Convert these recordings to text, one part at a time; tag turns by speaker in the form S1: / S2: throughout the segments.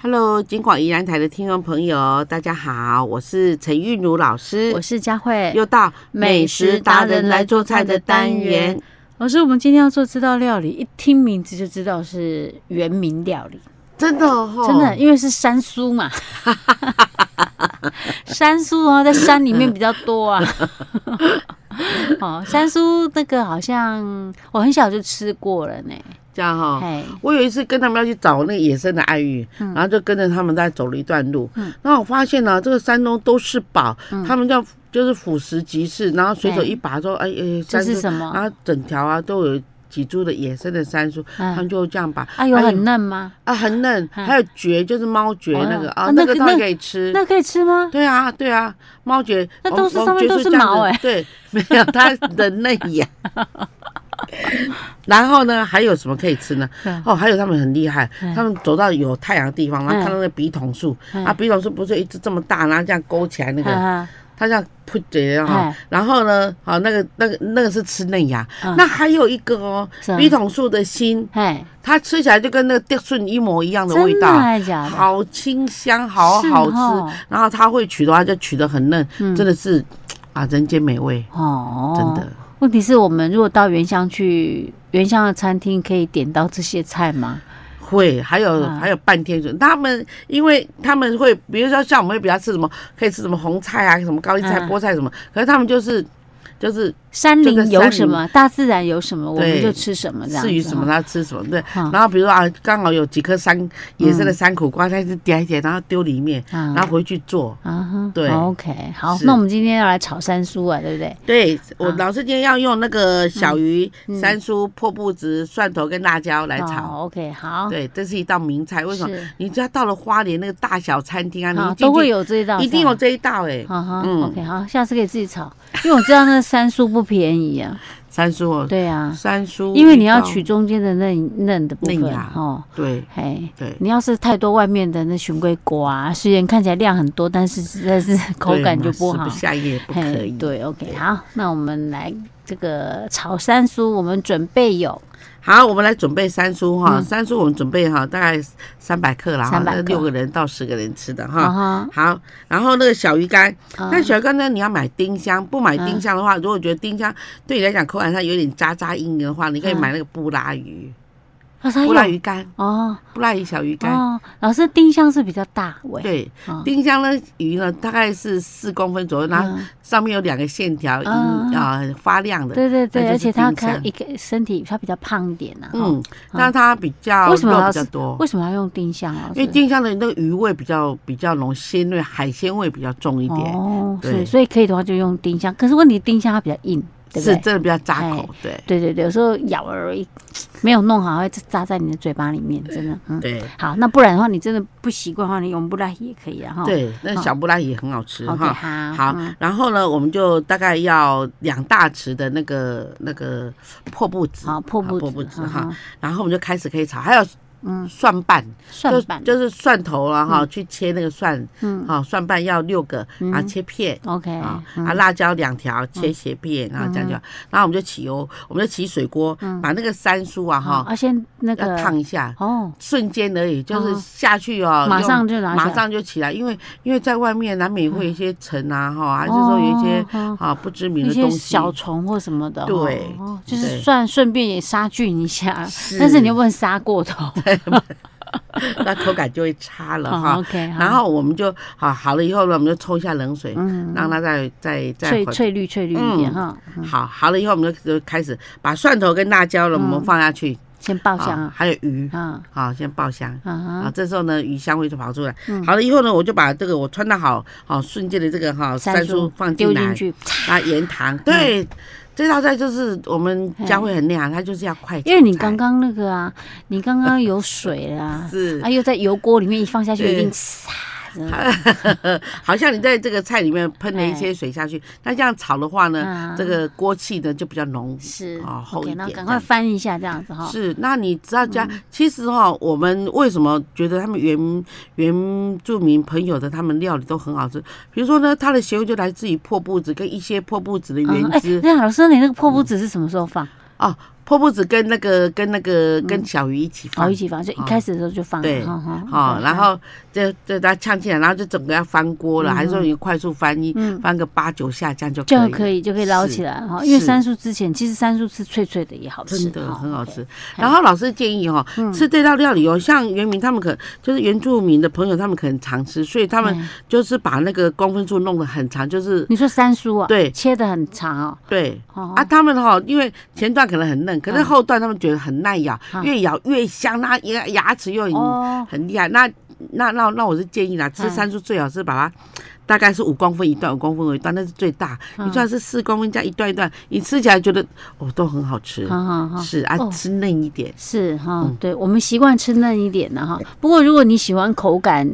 S1: Hello，金广宜兰台的听众朋友，大家好，我是陈韵如老师
S2: 我，是佳慧，
S1: 又到
S2: 美食达人来做菜的单元。老师，我们今天要做这道料理，一听名字就知道是原名料理，
S1: 真的哦，
S2: 真的，因为是山 苏嘛，山苏啊，在山里面比较 多啊。哦，山苏那个好像我很小就吃过了呢，
S1: 这样哈、
S2: 哎，
S1: 我有一次跟他们要去找那个野生的爱玉，
S2: 嗯
S1: 然后就跟着他们在走了一段路，然后我发现呢、这个山东都是宝，
S2: 嗯
S1: 他们叫就是腐蚀集市，然后随手
S2: 哎
S1: 一拔说，哎哎，
S2: 这
S1: 山
S2: 是
S1: 树，
S2: 什么？
S1: 然后整条啊都有几株的野生的山树，他
S2: 嗯
S1: 们，就这样拔，
S2: 啊，有
S1: 哎
S2: 很嫩吗？
S1: 啊很嫩，
S2: 嗯
S1: 还有蕨就是猫蕨
S2: 哦
S1: 那个啊，
S2: 啊
S1: 那
S2: 那
S1: 个
S2: 个
S1: 当然
S2: 那
S1: 可以吃。
S2: 那可以吃吗？
S1: 对啊，对啊，猫蕨，
S2: 那
S1: 我
S2: 都是
S1: 我
S2: 上面
S1: 蕨
S2: 都是
S1: 这样
S2: 毛
S1: 子
S2: 欸
S1: 对，没有它的嫩芽。然后呢，还有什么可以吃呢？
S2: 嗯
S1: 哦，还有他们很厉害，
S2: 嗯
S1: 他们走到有太阳的地方，然后
S2: 嗯
S1: 看到那笔筒树，
S2: 嗯
S1: 啊，笔筒树不是一只这么大，然后这样勾起来那个，
S2: 啊
S1: 它这样扑嘴然后
S2: 嗯，
S1: 然后呢，好那个那个那个是吃嫩芽，
S2: 嗯
S1: 那还有一个哦
S2: 什，么
S1: 笔筒树的心，
S2: 哎，
S1: 它吃起来就跟那个地顺一模一样的味
S2: 真的
S1: 道。
S2: 还是假的？
S1: 好清香，好
S2: 是
S1: 好吃，
S2: 哦
S1: 然后它会取的话就取得很嫩，
S2: 嗯
S1: 真的是啊人间美味，
S2: 哦，
S1: 真的。
S2: 问题是我们如果到原乡去，原乡的餐厅可以点到这些菜吗？
S1: 会，还有、
S2: 啊
S1: 还有半天笋，他们因为他们会，比如说像我们会比较吃什么，可以吃什么红菜啊，什么高丽菜、
S2: 嗯
S1: 菠菜什么，可是他们就是就是
S2: 山
S1: 就在
S2: 林有
S1: 山
S2: 什
S1: 林
S2: 么，大自然有什么，我
S1: 对
S2: 们就吃什么这样子。
S1: 至于什么
S2: 哈？
S1: 他吃什么，对。
S2: 嗯
S1: 然后比如说啊，刚好有几颗山野生的山苦瓜，它就点一点，然后丢里面，
S2: 啊
S1: 然后回去做。
S2: 啊哈，
S1: 对
S2: ，OK，好，
S1: 是
S2: 那我们今天要来炒山苏啊，对不对？
S1: 对我
S2: 啊嗯
S1: 老师今天要用那个小鱼、山苏、破布子、蒜头跟辣椒来炒。
S2: 哦，OK，好，
S1: 对，这是一道名菜。为什么
S2: 是？
S1: 你只要到了花莲那个大小餐厅啊，你
S2: 好
S1: 一
S2: 都
S1: 进
S2: 会
S1: 去
S2: 有这一道，
S1: 一定有。这一道哎、
S2: 好好
S1: 嗯
S2: ，OK，好，下次可以自己炒，因为我知道那个山苏不便宜啊。
S1: 三叔哦，
S2: 对啊，
S1: 三叔，
S2: 因为你要取中间的嫩嫩的部
S1: 嗯
S2: 分
S1: 嫩芽
S2: 哦，
S1: 对
S2: 嘿，
S1: 对
S2: 你要是太多外面的那熊龟瓜、啊虽然看起来量很多，但是实在是 口
S1: 对
S2: 感
S1: 嘛
S2: 就不
S1: 食
S2: 好
S1: 不。下咽不可以。，
S2: 对，OK，好，那我们来这个炒三酥，我们准备有
S1: 好，我们来准备三叔哈，三叔我们准备哈大概三百克啦哈，
S2: 300克
S1: 那六个人到十个人吃的
S2: 啊
S1: 哈。
S2: 哈，
S1: 好，然后那个小鱼干，
S2: 嗯
S1: 那小鱼干呢？你要买丁香，不买丁
S2: 嗯
S1: 香的话，如果觉得丁香对你来讲口感上有点渣渣硬硬的话，你可以
S2: 嗯
S1: 买那个布拉鱼，
S2: 啊，它
S1: 布拉
S2: 有
S1: 鱼干，
S2: 哦
S1: 布拉鱼小鱼干，
S2: 哦，老师丁香是比较大尾，
S1: 对，
S2: 哦，
S1: 丁香呢，鱼呢，大概是四公分左右，然后
S2: 嗯
S1: 上面有两个线条，银
S2: 嗯嗯
S1: 啊、发亮的。
S2: 对对对，
S1: 那就
S2: 而
S1: 是
S2: 且它
S1: 丁
S2: 开
S1: 香
S2: 一个身体它比较胖一点呐，哦，
S1: 嗯，那它比较
S2: 为什么
S1: 肉
S2: 要
S1: 比较
S2: 是
S1: 多
S2: 为，什么要用丁香啊？
S1: 因为丁香的那个鱼味比较比较浓，鲜味海鲜味比较重一点，
S2: 哦，所
S1: 对
S2: 以所以可以的话就用丁香，可是问题丁香它比较硬，对不
S1: 是
S2: 对？
S1: 真的比较扎口
S2: 哎。
S1: 对
S2: 对对对，有时候咬而已，没有弄好，会扎在你的嘴巴里面，真的。嗯，
S1: 对
S2: 好，那不然的话，你真的不习惯的话，你用布拉也可以的啊哈。
S1: 对，那小布拉也很好吃
S2: 哦，OK，
S1: 哈。
S2: 好，
S1: 好
S2: 嗯，
S1: 然后呢，我们就大概要两大匙的那个那个破布子，
S2: 好，破布
S1: 破布子
S2: 子嗯
S1: 哈
S2: 哈，，
S1: 然后我们就开始可以炒，还有
S2: 嗯，
S1: 蒜瓣，
S2: 蒜瓣
S1: 就就是蒜头了哈，去切那个蒜，
S2: 嗯
S1: 好、蒜瓣要六个，然后切片。
S2: ，OK，
S1: 啊
S2: 嗯
S1: 啊，辣椒两条切斜片，然后这样就好，然后我们就起油，我们就起水锅，把那个三叔啊
S2: 好，
S1: 哈
S2: 啊，先嗯那
S1: 要
S2: 个
S1: 烫一下，
S2: 哦，
S1: 瞬间而已，就是
S2: 哦
S1: 下去哦，
S2: 马上
S1: 用
S2: 就拿起来
S1: 马上就起来，因为因为在外面难免会有一些尘啊哈，还是说有一些
S2: 嗯哦哦
S1: 啊不知名
S2: 一
S1: 的
S2: 些
S1: 东西，
S2: 小虫或什么的，
S1: 对
S2: 哦，就
S1: 对
S2: 是算顺便也杀菌一下，
S1: 是
S2: 但是你又不能杀过头。
S1: 那口感就会差了哈
S2: 好。，OK，好哦
S1: 然后我们就好好了以后呢，我们就冲一下冷水，
S2: 嗯，
S1: 让它再再再
S2: 翠
S1: 回嗯
S2: 翠绿翠绿一点哈，
S1: 好，好了以后，我们就就开始把蒜头跟辣椒了，我们放下去，
S2: 先嗯爆
S1: 啊
S2: 香啊，
S1: 还有鱼，
S2: 啊
S1: 好，先爆香。
S2: 啊
S1: 啊
S2: 哈，，
S1: 这时候呢，鱼香味就跑出来。
S2: 嗯
S1: 好了以后呢，我就把这个我穿的好好瞬间的这个哈
S2: 山
S1: 山
S2: 猪
S1: 猪放进
S2: 丢
S1: 来
S2: 进，去，
S1: 啊，盐糖。
S2: 嗯
S1: 对，这道菜就是我们家慧很厉害，它就是要快炒菜。
S2: 因为你刚刚那个啊，你刚刚有水了 啊，
S1: 是
S2: 啊又在油锅里面一放下去，
S1: 对
S2: 一定呲啊真的
S1: 好像你在这个菜里面喷了一
S2: 哎
S1: 些水下去，那这样炒的话呢
S2: 啊，
S1: 这个锅气呢就比较浓。
S2: 是
S1: 哦厚一
S2: OK，那
S1: 点
S2: 赶
S1: 这
S2: 快
S1: 样
S2: 翻一下这样子哈，
S1: 是，那你知道加？
S2: 嗯
S1: 其实哈、我们为什么觉得他们原原住民朋友的他们料理都很好吃？比如说呢，它的咸味就来自于破布子跟一些破布子的
S2: 啊
S1: 原
S2: 哎
S1: 汁，
S2: 那老师，你那个破布子是什么时候放？
S1: 哦，破布子跟那个跟那个跟小鱼一起
S2: 哦，
S1: 放
S2: 一，起放，就一开始的时候就放，
S1: 对
S2: 哈哈
S1: 好，
S2: OK
S1: 然后这这它呛进来，然后就整个要翻锅
S2: 嗯
S1: 了，还是说你快速翻一翻个八九下，这样就
S2: 就
S1: 可
S2: 嗯可
S1: 以。
S2: 以就可以捞起来哈，因为三叔之前其实三叔吃脆脆的也好吃，
S1: 真的很好吃
S2: OK，嗯
S1: 然后老师建议哈、吃这道料理哦，像原民他们可就是原住民的朋友，他们可能常吃，所以他们
S2: 嗯
S1: 就是把那个公分数弄得很长，就是
S2: 你说三叔啊，
S1: 对
S2: 切的很长哦，
S1: 对，
S2: 哦
S1: 啊，他们哈、因为前段可能很嫩，可是后段他们觉得很耐咬，
S2: 嗯
S1: 越咬越香，那牙牙齿又很、
S2: 哦，
S1: 很厉害。那那那那我是建议啦，吃
S2: 嗯
S1: 山猪最好是把它。大概是五公分一段，五公分为一段，那是最大。你
S2: 嗯
S1: 就算是四公分加一段一段，你吃起来觉得哦都很好吃，
S2: 好好好。
S1: 是啊，
S2: 哦
S1: 吃嫩一点。
S2: 是哈、对我们习惯吃嫩一点的哈。不过如果你喜欢口感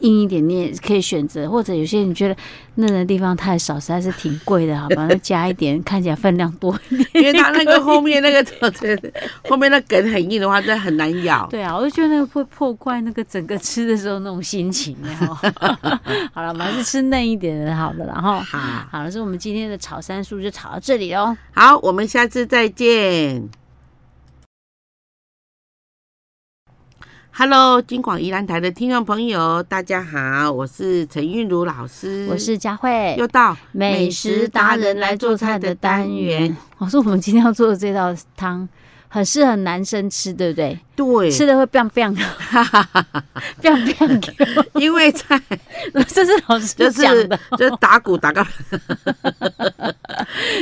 S2: 硬一点，你也可以选择，或者有些人觉得嫩的地方太少，实在是挺贵的，好吧，那加一点，看起来分量多一点。
S1: 因为它那个后面那个 对对后面那梗很硬的话，真的很难咬。
S2: 对啊，我就觉得那个会破坏那个整个吃的时候那种心情哈。好了，我们还是吃嫩一点的好了啦，然后
S1: 好，
S2: 好了，所以我们今天的炒三叔就炒到这里哦喽。
S1: 好，我们下次再见。Hello，金广宜兰台的听众朋友，大家好，我是陈韵如老师，
S2: 我是佳慧，
S1: 又到
S2: 哎美食达人来做菜的单元。。我哦说我们今天要做的这道汤很适合男生吃，对不对？
S1: 对，
S2: 吃的会 biang biang 的 biang biang 的，
S1: 因为在
S2: 这 是老师
S1: 就
S2: 讲
S1: 是
S2: 的。
S1: 就是打鼓打到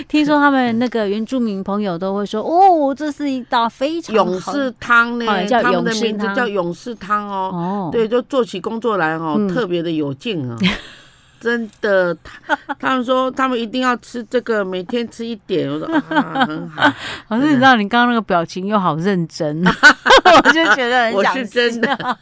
S2: 听说他们那个原住民朋友都会说，哦，这是一道非常
S1: 勇
S2: 好
S1: 士汤呢
S2: 哦，叫
S1: 他们
S2: 勇
S1: 的
S2: 士
S1: 名字
S2: 汤
S1: 叫勇士汤哦。
S2: 哦，
S1: 对，就做起工作来哦，
S2: 嗯
S1: 特别的有劲啊、 真的，他他们说他们一定要吃这个，每天吃一点。我说啊，很好，
S2: 老师，你知道你刚刚那个表情又好 认真，我就觉得很
S1: 我
S2: 想
S1: 是
S2: 吃
S1: 真的。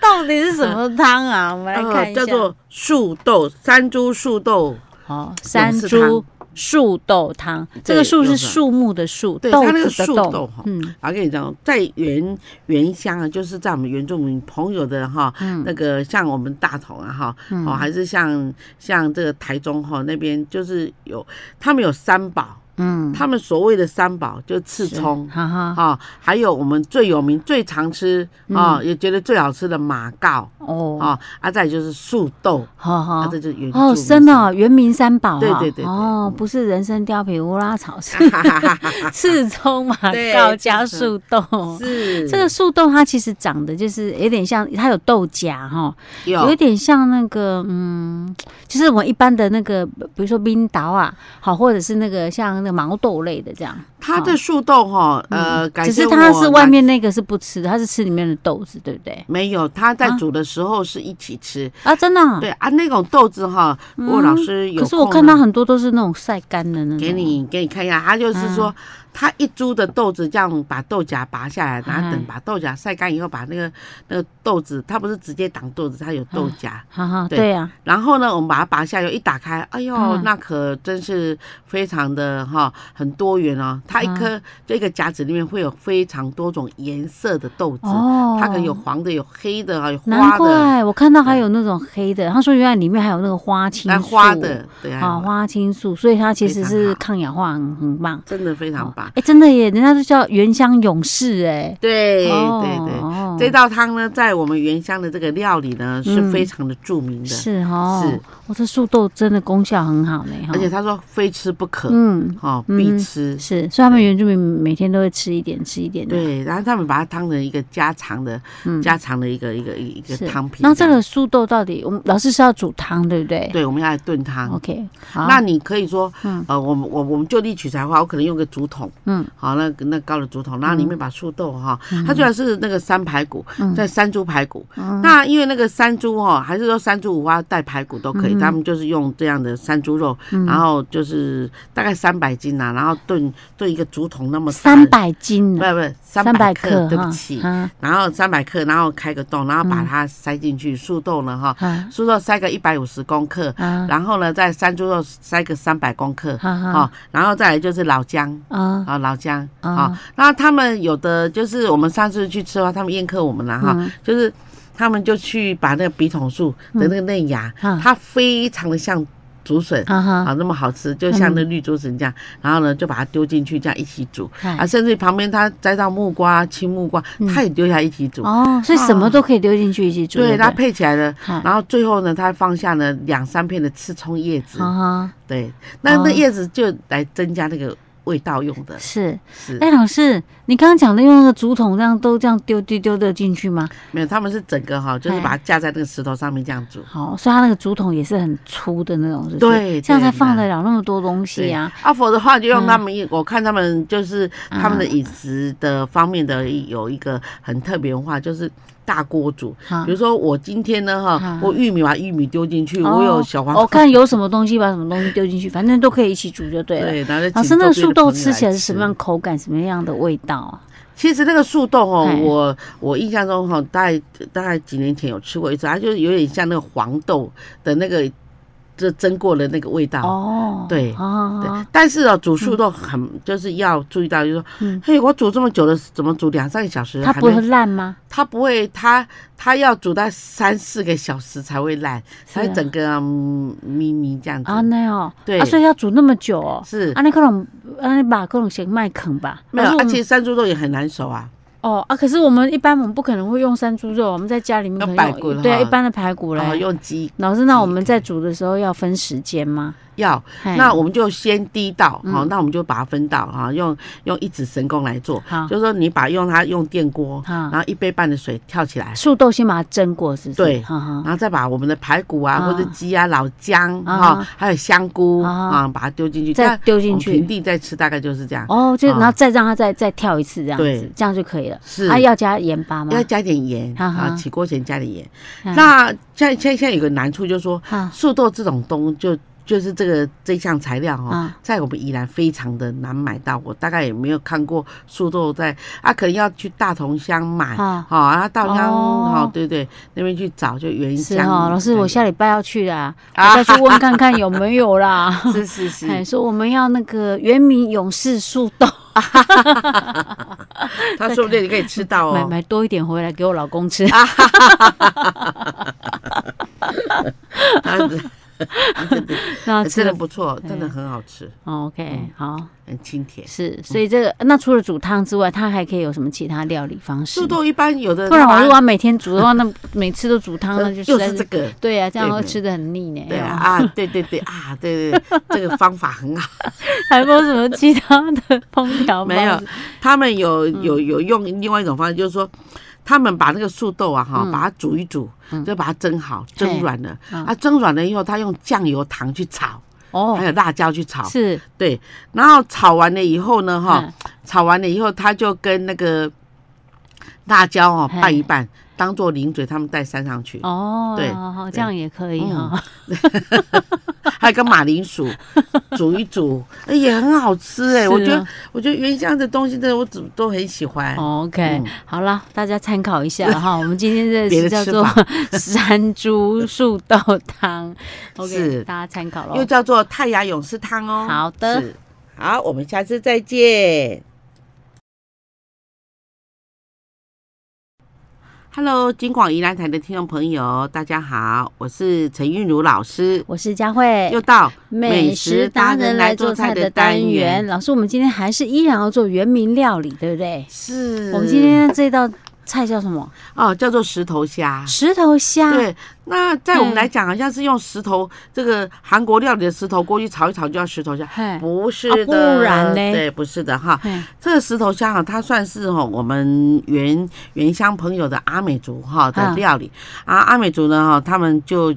S2: 到底是什么汤 啊？ 我们来看一下，
S1: 哦呃叫做树豆山猪树豆，
S2: 哦，山
S1: 士
S2: 猪树豆汤。这个
S1: 对
S2: 树是
S1: 有什么
S2: 树木的树，
S1: 对
S2: 豆
S1: 它那个
S2: 子的
S1: 树豆
S2: 豆
S1: 哈。
S2: 嗯，
S1: 我跟你讲，在原原乡啊，就是在我们原住民朋友的哈，
S2: 嗯
S1: 那个像我们大同啊哈，哦，还是像像这个台中哈那边，就是有他们有三宝，
S2: 嗯，
S1: 他们所谓的三宝就是刺
S2: 是
S1: 葱，
S2: 哈哈，
S1: 啊、还有我们最有名、最常吃啊、也觉得最好吃的马告
S2: 嗯哦，
S1: 啊，啊，再来就是树豆，
S2: 好
S1: 啊，
S2: 好
S1: 这。就是原住
S2: 哦，
S1: 民
S2: 真的、哦，原名三宝、啊，
S1: 对对对对
S2: 哦，不是人参、貂皮、乌 拉草，是
S1: 生活
S2: 刺葱、马
S1: 对
S2: 告
S1: 刺
S2: 加
S1: 葱
S2: 树豆。
S1: 是
S2: 这个树豆它其实长得就是有点像，它有豆荚哈、有一
S1: 有
S2: 点像那个，嗯，就是我们一般的那个，比如说冰岛啊，好，或者是那个像那个毛豆类的这样。
S1: 它的树豆哈、呃，感
S2: 哦嗯只
S1: 谢
S2: 是
S1: 我
S2: 它是外
S1: 拿
S2: 面那个是不吃的，它是吃里面的豆子，对不对？
S1: 没有，它在
S2: 啊
S1: 煮的时候是一起吃，
S2: 啊，真的啊、嗯
S1: 对啊，那种豆子哈，如果老师有
S2: 可是我
S1: 空
S2: 看
S1: 呢
S2: 到很嗯多都是那种晒干的那种。
S1: 给你给你看一下，它就是说，
S2: 嗯
S1: 它一株的豆子这样把豆荚拔下来，然后等
S2: 嗯
S1: 把豆荚晒干以后，把那个那个豆子，它不是直接挡豆子，它有豆荚。
S2: 啊哈哈，
S1: 对
S2: 对呀、
S1: 然后呢，我们把它拔下来，一打开，哎呦，
S2: 嗯
S1: 那可真是非常的哈，很多元哦。它
S2: 啊
S1: 一颗、这个夹子里面会有非常多种颜色的豆子，
S2: 哦，
S1: 它可能有。黄的，有黑的，还有花
S2: 难
S1: 的，
S2: 怪我看到还有那种黑的，他说原来里面还有那个花青
S1: 那
S2: 素，
S1: 花的，对
S2: 啊，
S1: 啊，
S2: 花青素，所以它其实
S1: 非常
S2: 是
S1: 好
S2: 抗氧化很很棒。
S1: 真的非常棒
S2: 哎、。真的耶，人家就叫原乡勇士哎。
S1: 对
S2: 哦
S1: 对对，
S2: 哦嗯
S1: 这道汤呢，在我们原乡的这个料理呢是非常的著名的，
S2: 是哦，
S1: 是
S2: 我这树豆真的功效很好呢，哈
S1: 而且他说非吃不可，
S2: 嗯
S1: 哦，
S2: 嗯
S1: 必吃。
S2: 是，所以他们原住民每天都会吃一点，吃一点的。
S1: 对，然后他们把它当成一个家常的、
S2: 嗯
S1: 家常的一个一个一个一
S2: 是
S1: 个汤品样。
S2: 那这个树豆到底，我们老师是要煮汤，对不对？
S1: 对，我们要来炖汤。
S2: OK，好，
S1: 那你可以说
S2: 啊嗯，
S1: 呃，我们我我们就地取材的话，我可能用个竹筒，
S2: 嗯，
S1: 好，那那高的竹筒，然后里面把树豆哈，它居然是那个山排骨，
S2: 嗯
S1: 在山猪排骨。那因为那个山猪哈，还是说山猪五花带排骨都
S2: 嗯
S1: 可以，他们就是用这样的山猪肉，然后就是大概三百斤呐，然后炖炖一个竹筒那么大
S2: 三
S1: 的，
S2: 百斤
S1: 不
S2: 啊，
S1: 不，三
S2: 三
S1: 百
S2: 百
S1: 克，对
S2: 哈嗯
S1: 不起，
S2: 啊
S1: 然后三百克，然后开个洞，然后把它塞进去，树豆呢哈。
S2: 啊
S1: 树豆塞个一百五十公克，
S2: 啊
S1: 然后呢，在山猪肉塞个三百公克，
S2: 哈哈
S1: 哦，然后再来就是老姜。
S2: 啊！
S1: 啊、老姜啊、
S2: 啊
S1: 那他们有的就是我们上次去吃的话，他们宴客我们了哈、就是他们就去把那个笔筒树的那个嫩芽，
S2: 嗯
S1: 它非常的像竹笋，
S2: 啊哈，
S1: 啊，那么好吃，就像那绿竹笋这样，然后呢就把它丢进去，这样一起煮
S2: 嗨
S1: 啊，甚至旁边它摘到木瓜、青木瓜，它也丢下一起煮，
S2: 哦，嗯所以什么都可以丢进去一起煮，
S1: 对，
S2: 不
S1: 它配起来了。
S2: 嗨
S1: 然后最后呢，它放下了两三片的刺葱叶子，
S2: 啊
S1: 对，那
S2: 哦
S1: 那叶子就来增加那个味道用的
S2: 哈，，是。
S1: 是
S2: 哎，老师，你刚刚讲的用那个竹筒这样都这样丢丢丢的进去吗？
S1: 没有，他们是整个哈，就是
S2: 哎
S1: 把它架在那个石头上面这样煮。
S2: 好，所以它那个竹筒也是很粗的那种，是不是？
S1: 对
S2: 这样才
S1: 对
S2: 放得
S1: 很
S2: 了那么多东西啊。
S1: 啊，否则的话就用他们一，我看他们就是
S2: 嗯
S1: 他们的饮食的方面的有一个很特别文化，就是大锅煮。
S2: 啊
S1: 比如说我今天呢哈
S2: 啊，
S1: 我玉米把玉米丢进去，
S2: 哦
S1: 我有小黄
S2: 我看有什么东西把什么东西丢进去，反正都可以一起煮就对了。
S1: 对，然后就
S2: 老
S1: 请
S2: 师，那
S1: 周
S2: 个
S1: 边
S2: 树
S1: 的
S2: 豆
S1: 朋友
S2: 吃起来是什么样
S1: 吃
S2: 的口感，什么样的味道啊？
S1: 其实那个树豆哦
S2: 哎，
S1: 我我印象中哈，大概大概几年前有吃过一次，它就是有点像那个黄豆的那个这蒸过的那个味道。
S2: 哦，
S1: 对对
S2: 啊，，
S1: 但是哦，煮树豆很、就是要注意到，就是说，
S2: 嗯
S1: 嘿，我煮这么久了，怎么煮两三个小时
S2: 它
S1: 还
S2: 不会
S1: 没？
S2: 烂吗？
S1: 它不会，它它要煮到三四个小时才会烂，
S2: 是
S1: 才会
S2: 啊
S1: 整个嗯咪咪这样子。
S2: 啊，那哦，
S1: 对
S2: 啊，所以要煮那么久哦。
S1: 是
S2: 啊，那可能啊，你把各种咸麦啃吧。
S1: 没有，而
S2: 老师我们
S1: 且山猪肉也很难熟啊。
S2: 哦啊，可是我们一般我们不可能会用山猪肉，我们在家里面
S1: 要
S2: 可能
S1: 排
S2: 用
S1: 骨了
S2: 对
S1: 哈
S2: 一般的排骨嘞
S1: 然。后哦用鸡
S2: 老师，那我们在煮的时候要分时间吗？
S1: 要，
S2: 嘿
S1: 嗯那我们就先第一道
S2: 嗯
S1: 哈、那我们就把它分到哈、用用一指神功来做，
S2: 好
S1: 就是说你把用它用电锅，
S2: 好
S1: 然后一杯半的水跳起来，
S2: 树豆先把它蒸过，是不是？
S1: 对
S2: 哈哈
S1: 然后再把我们的排骨啊，
S2: 啊
S1: 或者鸡啊、老姜
S2: 啊
S1: 哈、还有香菇
S2: 啊
S1: 啊，把它丢进去，
S2: 再丢进
S1: 这样我们平
S2: 去。
S1: 地再吃，大概就是这样。
S2: 哦，就
S1: 啊
S2: 然后再让它再再跳一次这样子
S1: 对，
S2: 这样就可以了。
S1: 是
S2: 啊，要加盐巴吗
S1: 要？加点盐
S2: 啊哈
S1: 啊，起锅前加点盐。
S2: 嗯
S1: 那现现现在有个难处，就是说
S2: 啊
S1: 树豆这种东就就是这个这项材料哈、
S2: 啊
S1: 在我们宜兰非常的难买到，我大概也没有看过树豆在啊，可能要去大同乡买。
S2: 啊！
S1: 好啊，大同乡
S2: 哦
S1: 好，对对，那边去找就原
S2: 是
S1: 乡。
S2: 哦，老师，
S1: 对
S2: 我下礼拜要 去啦，我
S1: 啊
S2: 再去问看看有没有啦。
S1: 是是是，
S2: 哎，说我们要那个原名勇士树豆，
S1: 他说不定你可以吃到
S2: 买
S1: 哦。
S2: 买多一点回来给我老公吃。
S1: 啊 对 哎
S2: 那吃
S1: 真的
S2: 了
S1: 不嗯错，真的很好吃，
S2: 哦 OK，好
S1: 很清甜。
S2: 是，所以这个那除了煮汤之外，它还可以有什么其他料理方式
S1: 树
S2: 吗？
S1: 豆一般有的
S2: 不然我如
S1: 拿
S2: 果要每天煮的话，那每次都煮汤，那就实
S1: 又
S2: 在
S1: 是这
S2: 是
S1: 个，
S2: 对啊呀、这样
S1: 对
S2: 会
S1: 没
S2: 吃的很腻呢。
S1: 对啊，
S2: 哎呦
S1: 啊对对对啊，对对对，这个方法很好。
S2: 哎还没有什么其他的烹 调
S1: 没有
S2: 方式
S1: 他们有
S2: 嗯
S1: 有有用另外一种方式，就是说，他们把那个树豆啊哈，
S2: 嗯
S1: 把它煮一煮，就把它蒸好，蒸软了。
S2: 嗯
S1: 啊，蒸软了以后，他用酱油、糖去炒，还
S2: 哦，
S1: 有辣椒去炒。
S2: 是
S1: 对，然后炒完了以后呢，哈
S2: 嗯，
S1: 炒完了以后，他就跟那个辣椒哦
S2: 嘿
S1: 拌一拌，当做零嘴，他们带山上去。
S2: 哦，
S1: 对
S2: 好好
S1: 对
S2: 这样也可以
S1: 嗯
S2: 哈。
S1: 还有跟马铃 薯煮一煮，哎也很好吃哎。
S2: 是
S1: 我觉得
S2: 啊
S1: 我觉得原乡的东西，真的我煮都很喜欢。嗯
S2: 哦 OK，好啦，大家参考一下 了哈。我们今天这
S1: 别的
S2: 是叫
S1: 吃
S2: 做
S1: 法
S2: 山猪树豆汤 ，OK，
S1: 是
S2: 大家参考
S1: 又
S2: 喽。
S1: 叫做泰雅勇士汤哦。
S2: 好的
S1: 是，好，我们下次再见。Hello，金广宜兰台的听众朋友，大家好，我是陈韵如老师，
S2: 我是佳慧，
S1: 又到
S2: 美食达人来做菜的单元。。老师，我们今天还是依然要做原名料理，对不对？
S1: 是，
S2: 我们今天这道菜叫什么？
S1: 哦叫做石头虾。
S2: 石头虾。
S1: 啊对，那在我们
S2: 嗯
S1: 来讲，好像是用石头这个韩国料理的石头锅去炒一炒，就叫石头虾，
S2: 嘿，
S1: 嗯哦不是
S2: 啊不
S1: 的，
S2: 然嘞
S1: 对，不是的哈。
S2: 嘿，
S1: 这个石头虾哈，它算是哈我们原原乡朋友的阿美族哈的
S2: 嗯
S1: 料理啊。阿美族呢哈，他们就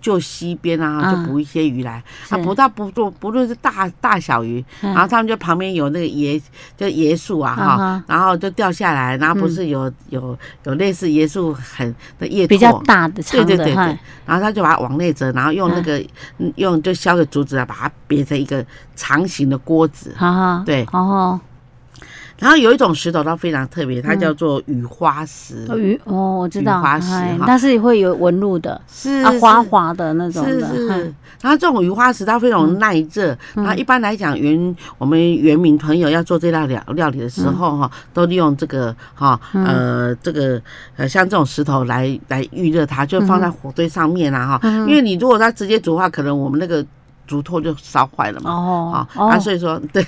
S1: 就西边啊
S2: 嗯
S1: 就捕一些鱼来
S2: 是
S1: 啊，捕到不做不论是大大小鱼，
S2: 嗯
S1: 然后他们就旁边有那个椰就椰树啊
S2: 啊
S1: 哈
S2: 哈，嗯
S1: 然后就掉下来，然后不是有有有类似椰树很的叶
S2: 比较
S1: 拓。
S2: 大的长
S1: 对
S2: 的
S1: 对对
S2: 哈，
S1: 然后他就把它往内折，然后用那个、嗯用就削个竹子啊，把它别成一个长形的锅子。
S2: 哈哈，
S1: 对
S2: 哦
S1: 然后有一种石头它非常特别，它叫做雨花石，
S2: 吼，鱼嗯哦，我知道，
S1: 花石
S2: 哎
S1: 哈
S2: 它是会有纹路的，
S1: 是
S2: 啊，滑滑的那种
S1: 是
S2: 的，嗯
S1: 是
S2: 嗨。
S1: 然后这种雨花石它非常耐热，然后一般来讲，原我们原民朋友要做这道料料理的时候哈，
S2: 嗯
S1: 都利用这个哈呃这个呃像这种石头
S2: 嗯
S1: 来来预热它，就放在火堆上面啊哈。因为你如果它直接煮的话，可能我们那个竹托就烧坏了嘛。
S2: 哦
S1: 啊、
S2: 哦，
S1: 啊，所以说 对，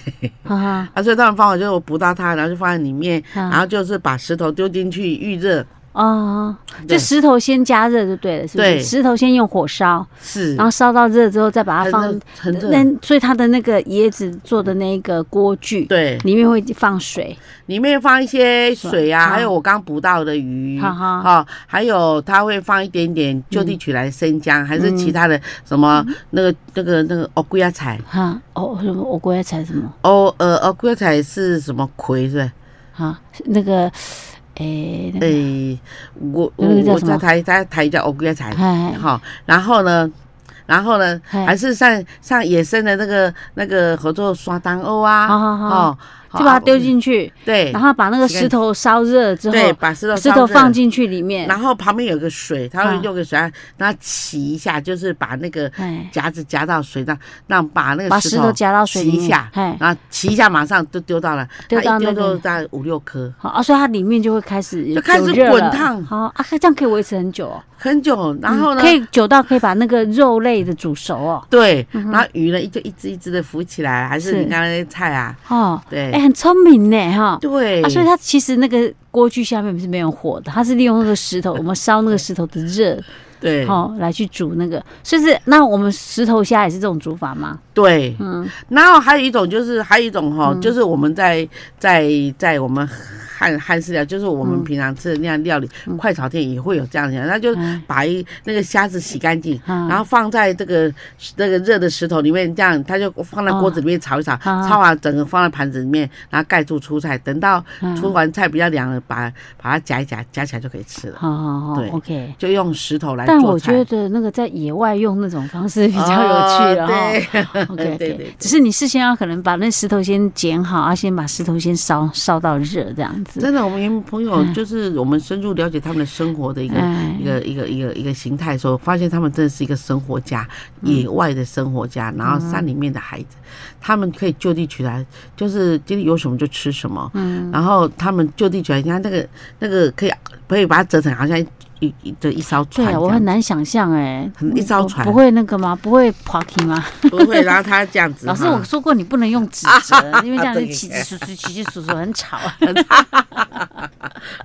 S2: 哈哈
S1: 啊，所以他们方法就是我捕到它，然后就放在里面，
S2: 嗯
S1: 然后就是把石头丢进去预热，
S2: 哦，就
S1: 对
S2: 石头先加热就对了，是不是？
S1: 对
S2: 石头先用火烧，
S1: 是，
S2: 然后烧到热之后再把它
S1: 很
S2: 放
S1: 热，很
S2: 那
S1: 热，
S2: 所以它的那个椰子做的那个锅具，
S1: 对，
S2: 里面会放水，
S1: 里面放一些水
S2: 是
S1: 啊，
S2: 吧
S1: 还有我刚捕到的鱼，
S2: 哈哈
S1: 哦，还有他会放一点
S2: 嗯
S1: 点就地取来的生姜，还是其他的什么那个那个那个哦龟啊菜，
S2: 哈，哦，什么我锅要采什么？
S1: 哦呃哦龟啊菜是什么葵是不是？
S2: 哈，那个，诶、那个
S1: 诶，哎我我
S2: 嗯那个叫
S1: 我
S2: 什么
S1: 在台在台叫哦龟啊菜，
S2: 哎，
S1: 好，然后呢，然后呢，
S2: 哎
S1: 还是上上野生的那个那个合作刷单欧啊，
S2: 好好好
S1: 哦，好
S2: 就把它丢，进去，
S1: 对
S2: 然后把那个
S1: 是
S2: 石头烧热之后，
S1: 对，把石头
S2: 石
S1: 烧
S2: 头
S1: 热
S2: 放进去里面，
S1: 然后旁边有个水，他会
S2: 嗯
S1: 用个水，让它起一下，就是把那个
S2: 哎，
S1: 夹子夹到水上，让把那
S2: 把
S1: 个
S2: 石头夹到水
S1: 洗
S2: 里
S1: 一
S2: 面
S1: 下，
S2: 哎，
S1: 然后起一下马上就丢到了，
S2: 丢到
S1: 它一
S2: 那
S1: 丢
S2: 个
S1: 就大概五六颗，
S2: 好啊，所以它里面就会开始
S1: 就开始
S2: 有热了
S1: 滚烫
S2: 好啊，这样可以维持很久哦。
S1: 很久，然后呢
S2: 嗯可，以久到可以把那个肉类的煮熟哦。
S1: 对，然后鱼呢就一只一只的浮起来，还是
S2: 是
S1: 你刚才那菜啊，
S2: 哦，哎、
S1: 对
S2: 很聪明呢哈。
S1: 对
S2: 啊，，所以它其实那个锅具下面是没有火的，它是利用那个石头，我们烧那个石头的热，
S1: 对
S2: 哦，来去煮那个。所以是那我们石头虾也是这种煮法吗？
S1: 对，
S2: 嗯，
S1: 然后还有一种就是，还有一种哈、就是我们在在在我们汉汉式料，就是我们平常吃的那样料理，快炒店也会有这样的，那就
S2: 嗯
S1: 把一那个虾子洗干净。
S2: 嗯
S1: 然后放在这个那个热的石头里面，这样它就放在锅子里面炒一炒，
S2: 嗯
S1: 炒完整个放在盘子里面，然后盖住出菜，等到
S2: 嗯
S1: 出完菜比较凉了，把把它夹一夹，夹起来就可以吃了。
S2: 嗯好好好
S1: 对
S2: ，OK。
S1: 就用石头来做菜。
S2: 但我觉得那个在野外用那种方式比较有趣
S1: 哦
S2: 了哈。
S1: 对
S2: OK
S1: 对对
S2: OK，。只是你事先要可能把那石头先剪好，啊，先把石头先烧烧到热这样子。
S1: 真的，我们原朋友
S2: 嗯
S1: 就是我们深入了解他们的生活的一个、
S2: 哎
S1: 一个一个一个一个形态的时候，发现他们真的是一个生活家，
S2: 嗯
S1: 野外的生活家，然后山里面的孩子，他们可以就地取材，就是今天有什么就吃什么，
S2: 嗯，
S1: 然后他们就地取材，你看那个那个可以可以把它折成好像一一一的一艘
S2: 对
S1: 船
S2: 啊，
S1: 这
S2: 我
S1: 样
S2: 很，难想象哎、
S1: 很一艘
S2: 不
S1: 船
S2: 不会那个吗？不会 p o c k y 吗？
S1: 不会，然后它这样子哈，
S2: 老师，我说过你不能用指责，因为这样
S1: 对
S2: 就起起簌簌起起簌簌很吵。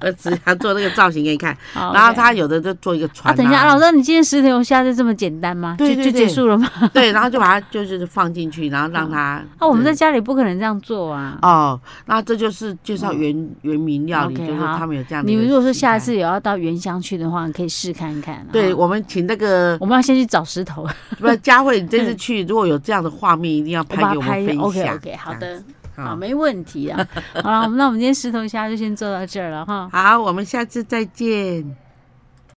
S1: 我只想做那个造型给你看，
S2: 好
S1: 然后
S2: OK
S1: 他有的就做一个船、
S2: 啊，等一下，老师，你今天石头虾就这么简单吗？
S1: 对
S2: 就
S1: 对
S2: 就
S1: 对
S2: 结束了吗？
S1: 对，然后就把它就是放进去，然后让它
S2: 啊，我们在家里不可能这样做啊。嗯
S1: 哦，那这就是介绍原、原民料理
S2: OK，
S1: 就是
S2: 好
S1: 他们有这样的。
S2: 你们如果说下一，次有要到原乡去的话，你可以试看看。
S1: 对
S2: 啊，
S1: 我们请那个
S2: 我们要先去找石头，我
S1: 不是佳慧，你这次去如果有这样的画面，一定要
S2: 嗯把
S1: 拍给
S2: 它
S1: 我
S2: 拍
S1: 们分享。
S2: OK OK，好
S1: 这样
S2: 的
S1: 子，，
S2: 好，
S1: 好，
S2: 没问题啊。好了，我们那我们今天石头虾就先做到这儿了哈。
S1: 好，我们下次再见。